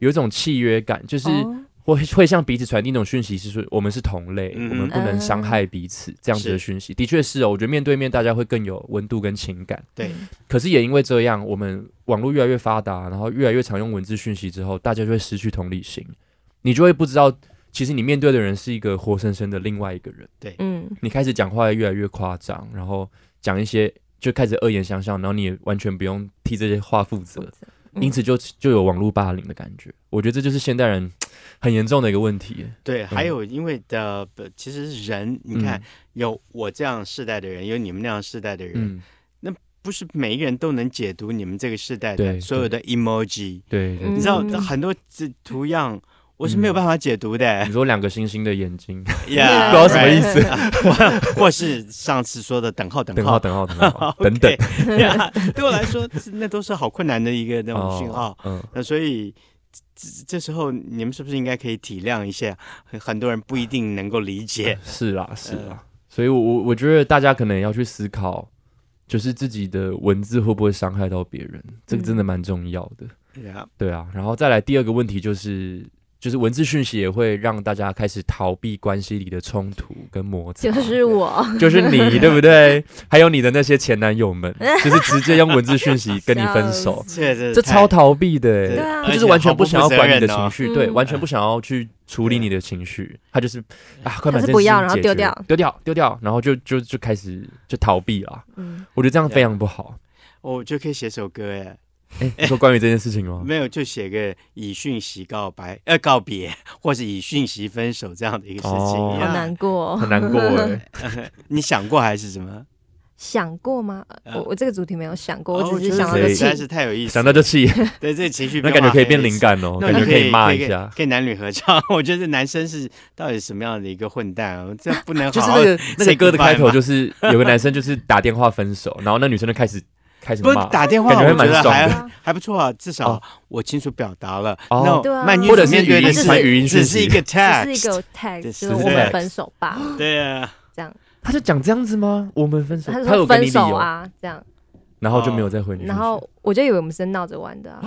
S2: 有一种契约感，就是
S3: 哦
S2: 会会向彼此传递一种讯息，是说我们是同类，
S4: 嗯
S2: 我们不能伤害彼此这样子的讯息。的确是哦，我觉得面对面大家会更有温度跟情感。
S4: 对，
S2: 可是也因为这样，我们网络越来越发达，然后越来越常用文字讯息之后，大家就会失去同理心，你就会不知道，其实你面对的人是一个活生生的另外一个人。
S3: 嗯，
S2: 你开始讲话越来越夸张，然后讲一些就开始恶言相向，然后你也完全不用替这些话负责，
S3: 嗯
S2: 因此就就有网络霸凌的感觉。我觉得这就是现代人很严重的一个问题。
S4: 对，还有因为的，呃其实人，你看
S2: 嗯
S4: 有我这样世代的人，有你们那样世代的人，
S2: 嗯，
S4: 不是每一个人都能解读你们这个世代
S2: 对
S4: 的所有的 emoji，
S2: 对对
S4: 你
S2: 对
S4: 知道
S3: 嗯
S4: 很多这图样。我是没有办法解读的
S2: 你，说两个星星的眼睛，嗯
S4: 呀，
S2: 不知道什么意
S4: right
S2: 思。啊
S4: 或是上次说的等号等
S2: 等号
S4: 号
S2: 等号等号等等
S4: OK，呀对我来说是那都是好困难的一个那种讯号
S2: 哦。嗯，。
S4: 那所以这这时候你们是不是应该可以体谅一下，很很多人不一定能够理解
S2: 是啦是
S4: 嗯
S2: 啦。所以我，我我觉得大家可能也要去思考，就是自己的文字会不会伤害到别人，这个真
S4: 嗯
S2: 的蛮重要的。
S4: 呀
S2: 对啊，然后再来第二个问题就是，就是文字讯息也会让大家开始逃避关系里的冲突跟摩擦，
S3: 就是我，
S2: 就是 你对不对？还有你的那些前男友们，就是直接用文字讯息 跟你分 手，
S4: 这这
S2: 这
S4: 太
S2: 超逃避的
S4: 对
S2: 欸，
S3: 啊
S2: 他就
S4: 而且
S2: 是完全
S4: 毫不
S2: 想要
S4: 负责
S2: 管你的
S4: 任
S2: 情
S4: 哦啊
S2: 绪，对，
S3: 嗯
S2: 完全不想要去处理你的情绪，他就是啊，快把这
S3: 他是
S2: 件
S3: 不
S2: 事
S3: 要
S2: 情
S3: 然后
S2: 解
S3: 丢
S2: 决
S3: 掉
S2: 丢掉，丢掉，然后就就就开始就逃避了。
S3: 嗯，
S2: 我觉得这
S4: 啊
S2: 样非常不好。
S4: 哦我就可以写首歌哎，
S2: 哎，你说关于这件事情 吗？
S4: 没有就写个以讯息告白呃告别，或是以讯息分手这样的一个事
S2: 哦
S4: 情。
S3: 好
S4: 呀
S3: 难 过、哦。
S2: 很难 过
S4: 欸
S2: 哎。
S4: 你想过还是什么？
S3: 想过吗？
S2: 啊
S3: 呃我我这个主题没有想过，
S4: 哦
S3: 我只是
S4: 觉得
S3: 想到
S4: 这
S3: 这
S4: 个
S2: 个
S4: 实在
S3: 气
S4: 是。太有意思
S2: 想
S4: 了，
S2: 到就气，
S4: 对这个情绪
S2: 那
S4: 变
S2: 感觉
S4: 化
S2: 可以
S4: 很
S2: 变
S4: 有意
S2: 灵
S4: 思。
S2: 感哦，
S4: 那
S2: 感觉
S4: 你
S2: 可
S4: 以
S2: 以骂
S4: 可
S2: 一下。
S4: 可以男女合唱。 我觉得男生是到底什么样的一个混蛋啊？这不能
S2: 就是
S4: 好好
S2: 那个那个
S4: say
S2: 歌的开
S4: goodbye
S2: 头，
S4: 吗
S2: 就是有个男生就是打电话分手，然后那女生就开始开始
S4: 不
S2: 骂，
S4: 打电话，
S2: 感觉会
S4: 我觉
S2: 蛮
S4: 得
S2: 爽
S4: 还
S2: 的
S3: 啊
S4: 还不错啊，至
S2: 哦
S4: 少我清楚表达了。
S2: 哦
S3: 对啊
S4: 那曼女
S3: 或
S2: 者是
S4: 面对
S2: 语
S4: 的
S2: 音传语音
S4: 只
S2: 讯
S4: 是
S2: 息
S4: 一个
S3: 只是一
S4: text，
S3: 个 tag，就
S4: 对
S3: 是
S2: 是
S3: 我
S2: 对
S3: 们分手吧，
S4: 对啊，
S3: 这样。
S2: 他就讲这样子吗？我们分手，
S3: 他
S2: 他
S3: 说
S2: 有给你
S3: 分
S2: 理
S3: 手
S2: 由，
S3: 啊，这样。
S2: 然后就
S4: 哦
S2: 没有再回你讯息。
S3: 然后我就以为我们是闹着玩的、啊，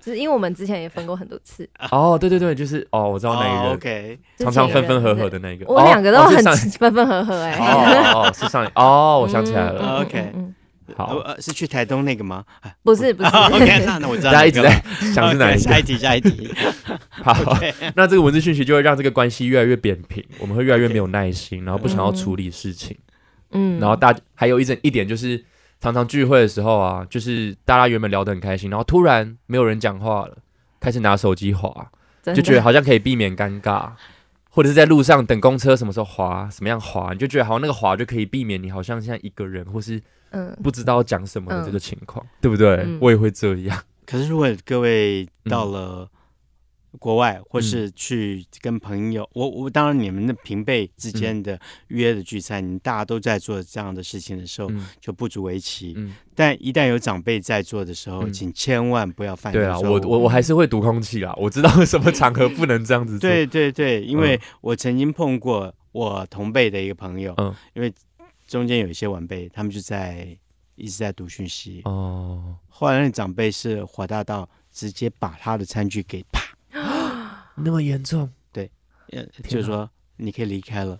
S3: 就是因为我们之前也分过很多次，
S2: 哦，对对对，就是哦，我知道那
S4: 哦
S2: 一个
S4: OK，
S3: 之前
S2: 常常
S3: 有
S2: 分分
S3: 人
S2: 合
S3: 是
S2: 合。的那个，
S3: 我两个都
S2: 哦
S3: 很
S2: 哦是上
S3: 分分合合哎、
S2: 哦 哦哦是上哦，我想起来
S4: 嗯
S2: 了，
S4: OK
S3: 嗯
S4: 呃
S2: 好，
S4: 呃是去台东那个吗 啊
S3: 不是不是，
S4: ？OK，那那我知道
S2: 大
S4: 哪
S2: 家
S4: 个了，
S2: 一直在想是哪
S4: OK，
S2: 一
S4: 下
S2: 个
S4: 一题，下 一题。
S2: 好。嗯那这个文字讯息就会让这个关系越来越扁平，我们会越来越没有耐心，然后不想要处理事情。
S3: 嗯
S2: 然后大还有一整一点就是，常常聚会的时候啊，就是大家原本聊得很开心，然后突然没有人讲话了，开始拿手机滑，
S3: 真的
S2: 就觉得好像可以避免尴尬，或者是在路上等公车什么时候滑，什么样滑，你就觉得好像那个滑就可以避免你好像像一个人或是
S3: 嗯，
S2: 不知道讲什么的这个
S3: 嗯
S2: 情况，对不对？
S3: 嗯
S2: 我也会这样，
S4: 可是如果各位
S2: 嗯
S4: 到了国外，或是去跟朋友，我我当然你们的平辈之间的约的聚餐，你们大家都在做这样的事情的时候，
S2: 嗯
S4: 就不足为奇。
S2: 嗯，
S4: 但一旦有长辈在做的时候，
S2: 嗯
S4: 请千万不要犯。
S2: 对啊，我我我还是会读空气啦，我知道什么场合不能这样子做，
S4: 对对对，
S2: 嗯
S4: 因为我曾经碰过我同辈的一个朋友，
S2: 嗯
S4: 因为中间有一些晚辈，他们就在一直在读讯息，
S2: 哦，
S4: 后来那长辈是火大到直接把他的餐具给啪，
S2: 那么严重。
S4: 呃就是说你可以离开了。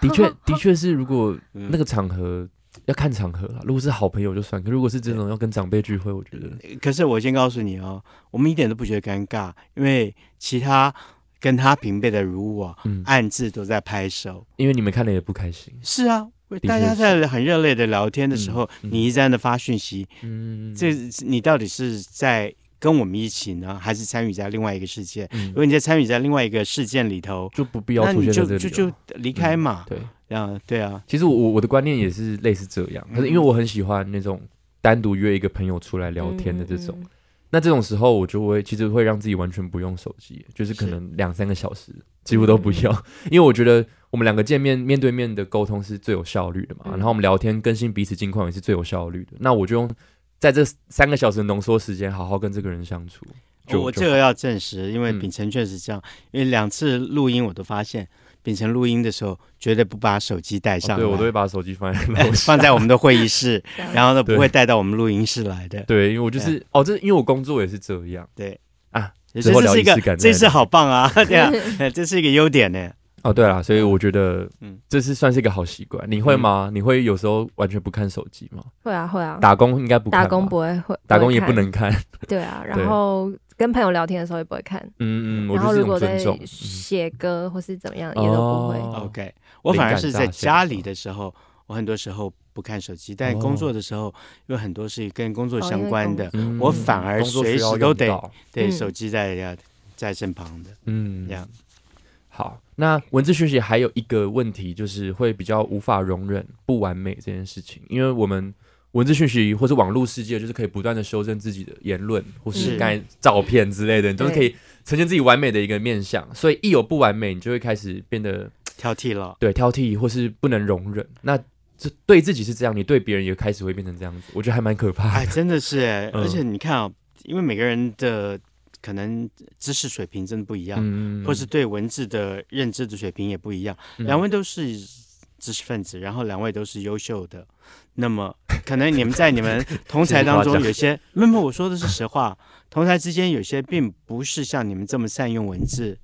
S2: 的确， 的确是，如果
S4: 嗯
S2: 那个场合要看场合啦。如果是好朋友就算，可如果是这种要跟长辈聚会，我觉得
S4: 可是我先告诉你哦，我们一点都不觉得尴尬，因为其他跟他平辈的如我，
S2: 嗯
S4: 暗自都在拍手。
S2: 因为你们看了也不开心。
S4: 是啊，
S2: 确
S4: 大家
S2: 是
S4: 在很热烈的聊天的时候，
S2: 嗯嗯
S4: 你一再的发讯息，
S2: 嗯，
S4: 这你到底是在跟我们一起呢，还是参与在另外一个世界？
S2: 嗯
S4: 如果你在参与在另外一个事件里头，
S2: 就不必要
S4: 那
S2: 出
S4: 你
S2: 现在这里了。哦
S4: 就
S2: 嗯
S4: 就就离开嘛，
S2: 对，
S4: 这样对啊，
S2: 其实我我我的观念也是类似这样，可是因为我很喜欢那种单独约一个朋友出来聊天的这种。
S3: 嗯，嗯
S2: 那这种时候，我就会其实会让自己完全不用手机，就是可能两三个小时几乎都不要，
S4: 嗯
S2: 因为我觉得我们两个见面面对面的沟通是最有效率的嘛，
S3: 嗯
S2: 然后我们聊天更新彼此近况也是最有效率的。那我就用在这三个小时浓缩时间，好好跟这个人相处。就
S4: 哦我我
S2: 就哦
S4: 这个要证实，因为
S2: 嗯
S4: 秉承确实这样，因为两次录音我都发现，秉承录音的时候绝对不把手机带
S2: 哦
S4: 上
S2: 对
S4: 来、
S2: 我都会把手机放 在楼下。
S4: 放在我们的会 议室，
S3: 这样
S4: 然后呢
S2: 对
S4: 不会带到我们录音室来的。
S2: 对，因为我
S4: 嗯
S2: 就是哦，这因为我工作也是这样啊
S4: 这
S2: 之后
S4: 这是
S2: 聊
S4: 一
S2: 仪式
S4: 个，
S2: 感
S4: 这
S2: 在
S4: 是好 棒啊！对啊，这是一个优点呢。
S2: 哦。对啦，所以我觉得
S4: 嗯
S2: 这是算是一个好习惯。你会
S4: 嗯
S2: 吗？你会有时候完全不看手机吗？
S3: 会啊会啊，
S2: 打工应该不看
S3: 打工
S2: 吧
S3: 不会会，
S2: 打工也
S3: 会
S2: 不
S3: 看
S2: 能看。
S3: 对啊，
S2: 对
S3: 然后跟朋友聊天的时候也不会看，
S2: 嗯嗯，我
S3: 然
S2: 觉得
S3: 后
S2: 是一
S3: 如
S2: 种
S3: 果
S2: 尊
S3: 在
S2: 重。
S3: 写歌或是怎么样也都不会，
S2: 哦
S4: OK，我反而是在
S2: 灵感乍现
S4: 家里的时候，我很多时候不看手机，
S2: 哦
S4: 但工作的时候有很多是跟工作
S3: 哦因
S4: 相
S3: 为
S4: 关
S3: 工
S4: 的，
S2: 嗯
S4: 我反而
S2: 工作
S4: 随
S2: 需要
S4: 时都
S2: 用
S4: 得
S2: 到
S4: 对
S3: 嗯
S4: 手机在在身旁的
S2: 嗯
S4: 这样。
S2: 好，那文字学习还有一个问题，就是会比较无法容忍不完美这件事情，因为我们文字讯息或是网络世界，就是可以不断的修正自己的言论或是
S4: 是
S2: 刚才照片之类的，你都是可
S3: 对
S2: 以呈现自己完美的一个面相，所以一有不完美，你就会开始变得
S4: 挑剔了。
S2: 对挑剔或是不能容忍。那这对自己是这样，你对别人也开始会变成这样子，我觉得还蛮可怕
S4: 哎，
S2: 的。
S4: 真的是哎，
S2: 嗯
S4: 而且你看啊、因为每个人的可能知识水平真的不一样，
S2: 嗯
S4: 或是对文字的认知的水平也不一样。
S2: 嗯
S4: 两位都是知识分子，然后两位都是优秀的，那么可能你们在你们同才当中
S2: 这是夸奖
S4: 有些，没有没有，我说的是实话，同才之间有些并不是像你们这么善用文字，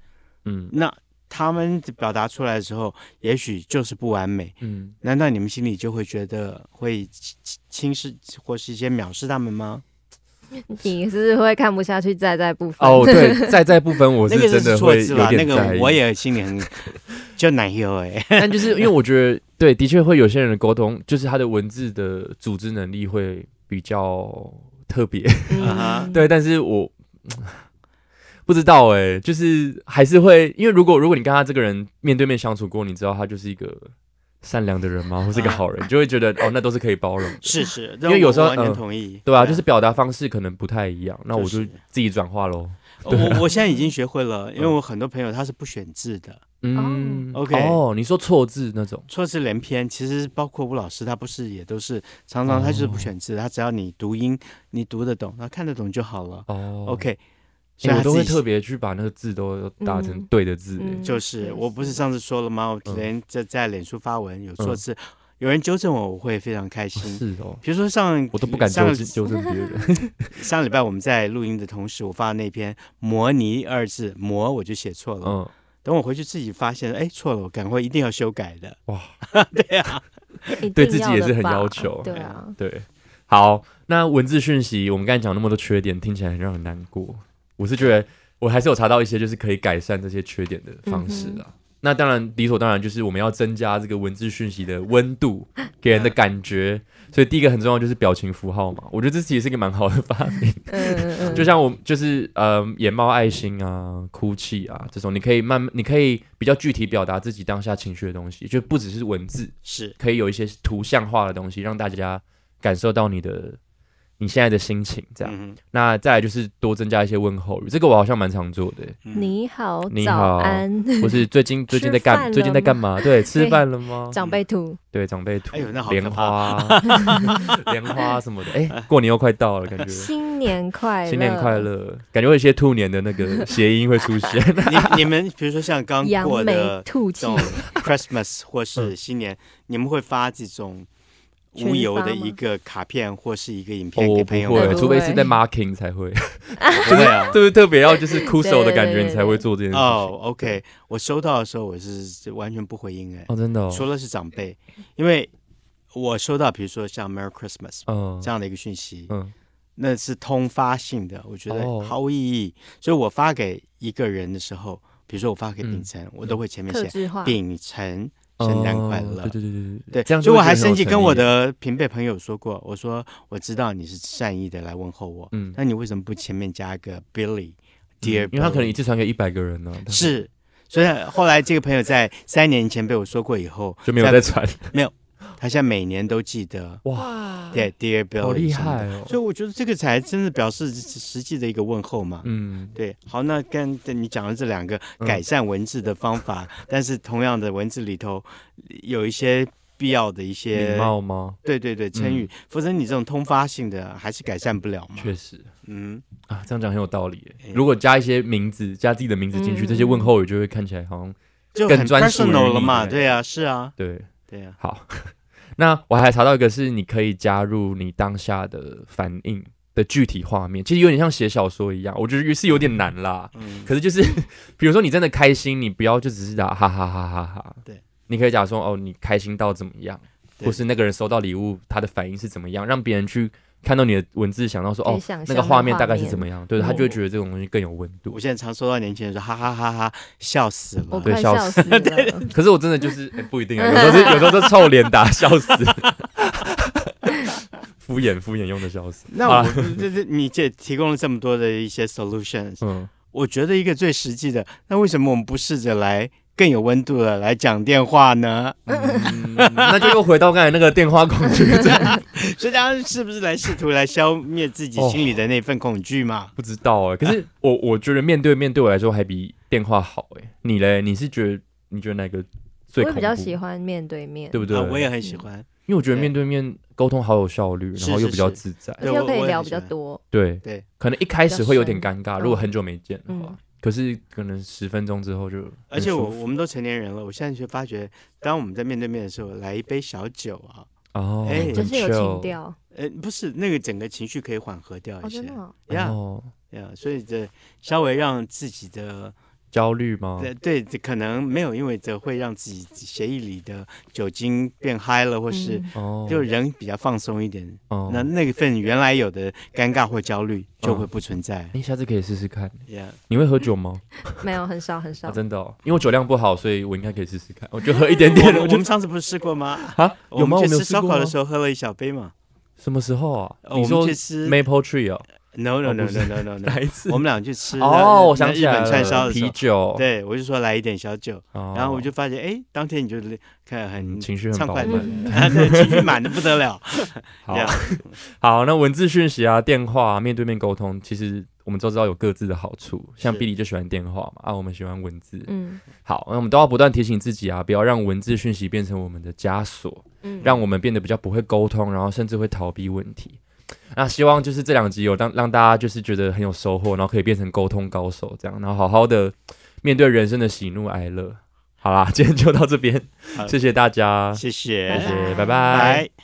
S2: 嗯
S4: 那他们表达出来的时候，也许就是不完美。
S2: 嗯，
S4: 难道你们心里就会觉得会轻轻视或是一些藐视他们吗？
S3: 你是会看不下去在在部 分
S2: 哦，对，在在部分我是
S4: 那个
S2: 真的
S4: 错
S2: 会
S4: 字
S2: 有
S4: 啦，那
S2: 点在
S4: 个
S2: 意，
S4: 我也心里很就难受哎、
S2: 但就是因为我觉得，对，的确会有些人的沟通，就是他的文字的组织能力会比较特别，
S4: 啊哈
S3: 嗯，
S2: 对，但是我不知道哎、就是还是会，因为如果如果你跟他这个人面对面相处过，你知道他就是一个善良的人吗，或是一个好人，你就会觉得哦，那都是可以包容的，
S4: 啊是 是，
S2: 因为有时候
S4: 我完全
S2: 嗯
S4: 同意。
S2: 对啊，就是表达方式可能不太一样，那我
S4: 就
S2: 就是自己转化喽。
S4: 我我现在已经学会了，因为我很多朋友他是不选字的，
S2: 嗯
S4: OK
S2: 哦，你说错字那种，
S4: 错字连篇。其实包括吴老师，他不是也都是常常他就是不选字，他只要你读音，你读得懂，他看得懂就好了。
S2: 哦
S4: OK，
S2: 欸
S4: 所以他
S2: 我都
S4: 自
S2: 会
S4: 己
S2: 特别去把那个字都打成
S3: 嗯
S2: 对的字、欸
S3: 嗯
S4: 就是，
S3: 嗯
S4: 我不是上次说了吗？我
S2: 嗯
S4: 连在在脸书发文有
S2: 嗯
S4: 错字，有人纠正我，我会非常开
S2: 哦
S4: 心。
S2: 是哦，
S4: 比如说上
S2: 我都不敢
S4: 上
S2: 纠
S4: 个
S2: 正纠正别 人。
S4: 上礼拜我们在录音的同时，我发的那篇“模拟”二字“模”我就写错了。
S2: 嗯，
S4: 等我回去自己发现，哎，错了，我赶快一定要修改的。
S2: 哇，
S4: 对啊，
S3: 一定
S2: 对自己
S3: 要
S2: 也
S3: 的
S2: 是很
S3: 吧
S2: 要求
S3: 对啊，
S2: 对，好，那文字讯息，我们刚才讲那么多缺点，听起来很让人
S3: 嗯
S2: 难过。我是觉得我还是有查到一些就是可以改善这些缺点的方式啦。那当然理所当然就是我们要增加这个文字讯息的温度，给人的感觉。所以第一个很重要就是表情符号嘛，我觉得这其实是一个蛮好的发明。
S3: 嗯嗯嗯，
S2: 就像我就是呃眼冒爱心啊、哭泣啊这种，你可以慢慢，你可以比较具体表达自己当下情绪的东西，就不只是文字，
S4: 是
S2: 可以有一些图像化的东西，让大家感受到你的你现在的心情。这样，
S4: 嗯哼
S2: 那再来就是多增加一些问候语，这个我好像蛮常做 的、
S4: 嗯
S3: 你好，
S2: 你
S3: 早
S2: 好
S3: 安，
S2: 或是最近最近在
S3: 吃饭
S2: 干
S3: 了
S2: 最近在干嘛？对，吃
S3: 对
S2: 饭了吗？
S3: 长辈图，
S2: 对长辈图，
S4: 哎呦那好可
S2: 莲花、啊 莲花什么的。哎、过年又快到了，感觉
S3: 新年快乐，
S2: 新年快，乐，感觉会有一些兔年的那个谐音会出现。
S4: 你你们比如说像刚
S3: 扬
S4: 过
S3: 眉
S4: 的
S3: 吐气
S4: 这，种 Christmas 或是新年，你们会发这种无油的一个卡片或是一个影
S2: 哦，
S4: 片
S2: 我
S4: 给
S2: 不
S4: 朋友吗？
S2: 会，
S3: 不
S2: 除非是在
S3: 会
S2: marking 才会，
S4: 不会啊。
S2: 就是特别要就是酷手的感
S3: 对对
S2: 觉，
S3: 对
S2: 你才会做这件事情。
S4: 哦，OK，我收到的时候我是完全不回应哎，
S2: 哦，真的哦，
S4: 除了是长辈，因为我收到比如说像 Merry Christmas
S2: 嗯
S4: 这样的一个讯息，
S2: 嗯
S4: 那是通发性的，我觉得
S2: 哦
S4: 毫无意义。所以我发给一个人的时候，比如说我发给
S2: 嗯
S4: 秉承，我都会前面
S3: 克
S4: 写
S3: 制化，
S4: 秉承圣诞快乐。
S2: 哦对对对对
S4: 对，
S2: 这样
S4: 所
S2: 就
S4: 以
S2: 会
S4: 我还
S2: 觉得很
S4: 甚
S2: 有
S4: 至
S2: 诚
S4: 跟
S2: 意
S4: 我的平辈朋友说过，我说我知道你是善意的来问候我，
S2: 嗯，
S4: 那你为什么不前面加一个 Billy，Dear？、
S2: 因为他可能一次传给一百个人呢，但
S4: 是，所以后来这个朋友在三年前被我说过以后，
S2: 就没有
S4: 在
S2: 再传，
S4: 他现在每年都记得
S2: 哇，
S4: 对 Dear Billy，
S2: 好厉
S4: 什么的
S2: 害哦，
S4: 所以我觉得这个才真的表示实际的一个问候嘛。
S2: 嗯，
S4: 对，好，那跟跟你讲的这两个
S2: 嗯
S4: 改善文字的方法， 但是同样的文字里头有一些必要的一
S2: 礼
S4: 些，
S2: 貌吗？
S4: 对对对，成语，否则你这种通发性的还是改善不了嘛。
S2: 确实
S4: 嗯，
S2: 啊，这样讲很有道理耶
S4: 哎。
S2: 如果加一些名字，加自己的名字进去，
S3: 嗯
S2: 这些问候语就会看起来好像
S4: 就
S2: 更
S4: 很
S2: 专属于
S4: personal
S2: 你
S4: 了嘛。
S2: 对
S4: 对啊，是啊，
S2: 对
S4: 对啊，
S2: 好， 那我还查到一个是你可以加入你当下的反应的具体画面，其实有点像写小说一样，我觉得是有点难啦。
S4: 嗯，
S2: 可是就是， 比如说你真的开心，你不要就只是打哈哈哈哈哈。
S4: 对，
S2: 你可以讲说哦，你开心到怎么样，
S4: 对
S2: 或是那个人收到礼物他的反应是怎么样，让别人去看到你的文字，想到说
S3: 可
S2: 哦
S3: 以想
S2: 那
S3: 象
S2: 个画面大概是怎
S3: 那
S2: 么样，对他
S4: 哦
S2: 就会觉得这种东西更有温度
S4: 我。现在常收到年轻人说哈哈哈哈，笑死
S3: 我
S4: 了。
S2: 对
S3: 快
S2: 笑
S3: 笑死 了，
S2: 可是我真的 就是、哎不一定啊，有时候是有时候是臭脸打笑死， 敷衍敷衍用的笑死。
S4: 那
S2: 好
S4: 我
S2: 啦
S4: 这这你这提供了这么多的一些 solutions，
S2: 嗯，
S4: 我觉得一个最实际的，那为什么我们不试着来更有温度的来讲电话呢？
S2: 嗯那就又回到刚才那个电话恐惧症，
S4: 所以大家是不是来试图来消灭自己心里的那份恐惧嘛？
S2: 不知道哎、可是我我觉得面对面对我来说还比电话好哎、你嘞？你是觉得你觉得哪个
S3: 我
S2: 最
S3: 也
S2: 恐怖？
S3: 比较喜，欢面对面，
S2: 哦对不嗯对？
S4: 啊，我也很喜欢。
S2: 因为我觉得
S4: 对
S2: 面对面沟通好有效率，
S4: 是
S2: 然后又
S4: 是
S2: 比较
S4: 是
S2: 自在。
S3: 而且
S4: 对
S3: 又
S4: 我
S3: 可以
S4: 我也
S3: 聊
S4: 很
S3: 比
S4: 喜
S3: 较
S4: 欢
S3: 多，
S2: 对
S4: 对，
S2: 可能一开始会有点
S3: 比较
S2: 尴尬，
S3: 嗯
S2: 如果很久没见的话，
S3: 嗯
S2: 可是可能十分钟之后就很舒服，
S4: 而且我我们都成年人了，我现在就发觉，当我们在面对面的时候，来一杯小酒啊，
S2: 哦，
S4: 哎
S2: 很
S3: 就是有
S2: chill
S3: 情调，
S4: 呃，不是那个整个情绪可以缓和掉
S3: 哦，
S4: 一些
S3: 真的哦，
S4: 呀
S2: 哦，
S4: 呀，所以这稍微让自己的
S2: 焦虑吗？
S4: 对对，这可能没有，因为这会让自己血液里的酒精变嗨了，或是
S3: 嗯
S2: 哦，
S4: 就人比较放松一点，
S2: 哦，
S4: 那那份原来有的尴尬或焦虑就会不 存在。
S2: 你下次可以试试看。
S4: Yeah，
S2: 你会喝酒吗？
S3: 没有很少很
S2: 啊，
S3: 少，
S2: 真的哦，因为我酒量不好，所以我应该可以试试看。我就喝一点点，
S4: 我
S2: 我
S4: 我
S2: 就
S4: 们上次不是试过吗？
S2: 啊，有吗？我
S4: 我们
S2: 没
S4: 去
S2: 有
S4: 吃
S2: 试
S4: 烧
S2: 过
S4: 烤
S2: 啊
S4: 的。时候喝了一小杯嘛。
S2: 什么时候啊？
S4: 呃
S2: 你
S4: 我
S2: 说
S4: 们去吃
S2: Maple Tree 哦，
S4: No no
S2: 哦
S4: no
S2: 不是
S4: no no no no，
S2: 哪一次
S4: 我？们俩去吃那
S2: 哦，我想
S4: 那
S2: 起
S4: 日
S2: 来
S4: 本串烧
S2: 了，
S4: 的时
S2: 啤
S4: 候，
S2: 酒。，哦
S4: 对我就说来一点小酒，然
S2: 然
S4: 后我就发现，哎，当天你就看很
S2: 嗯情绪很
S4: 畅
S2: 饱
S4: 快的，
S2: 满。
S3: 嗯
S4: 啊对，情绪满的不得了。
S2: 好
S4: Yeah
S2: 好，那文字讯息啊，电话啊面对面沟通，其实我们都知道有各自的好处。像
S4: 是
S2: Billy 就喜欢电话嘛，啊，我们喜欢文字。
S3: 嗯
S2: 好，那我们都要不断提醒自己啊，不要让文字讯息变成我们的枷锁。
S3: 嗯，
S2: 让我们变得比较不会沟通，然后甚至会逃避问题。那希望就是这两集有让让大家就是觉得很有收获，然后可以变成沟通高手，这样，然后好好的面对人生的喜怒哀乐。好啦，今天就到这边
S4: 好，
S2: 谢谢大家，
S4: 谢
S2: 谢
S4: 谢，
S2: 谢，
S3: 拜
S2: 拜拜
S3: 拜
S4: 拜。